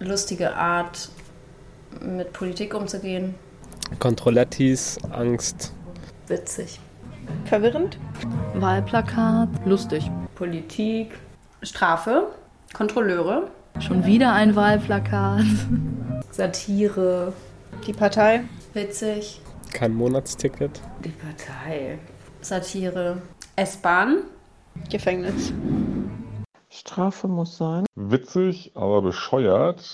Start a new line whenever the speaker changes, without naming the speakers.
lustige Art, mit Politik umzugehen.
Controllettis, Angst.
Witzig.
Verwirrend?
Wahlplakat. Lustig.
Politik. Strafe. Kontrolleure.
Schon wieder ein Wahlplakat.
Satire.
Die Partei?
Witzig.
Kein Monatsticket.
Die Partei.
Satire.
S-Bahn.
Gefängnis?
Strafe muss sein.
Witzig, aber bescheuert.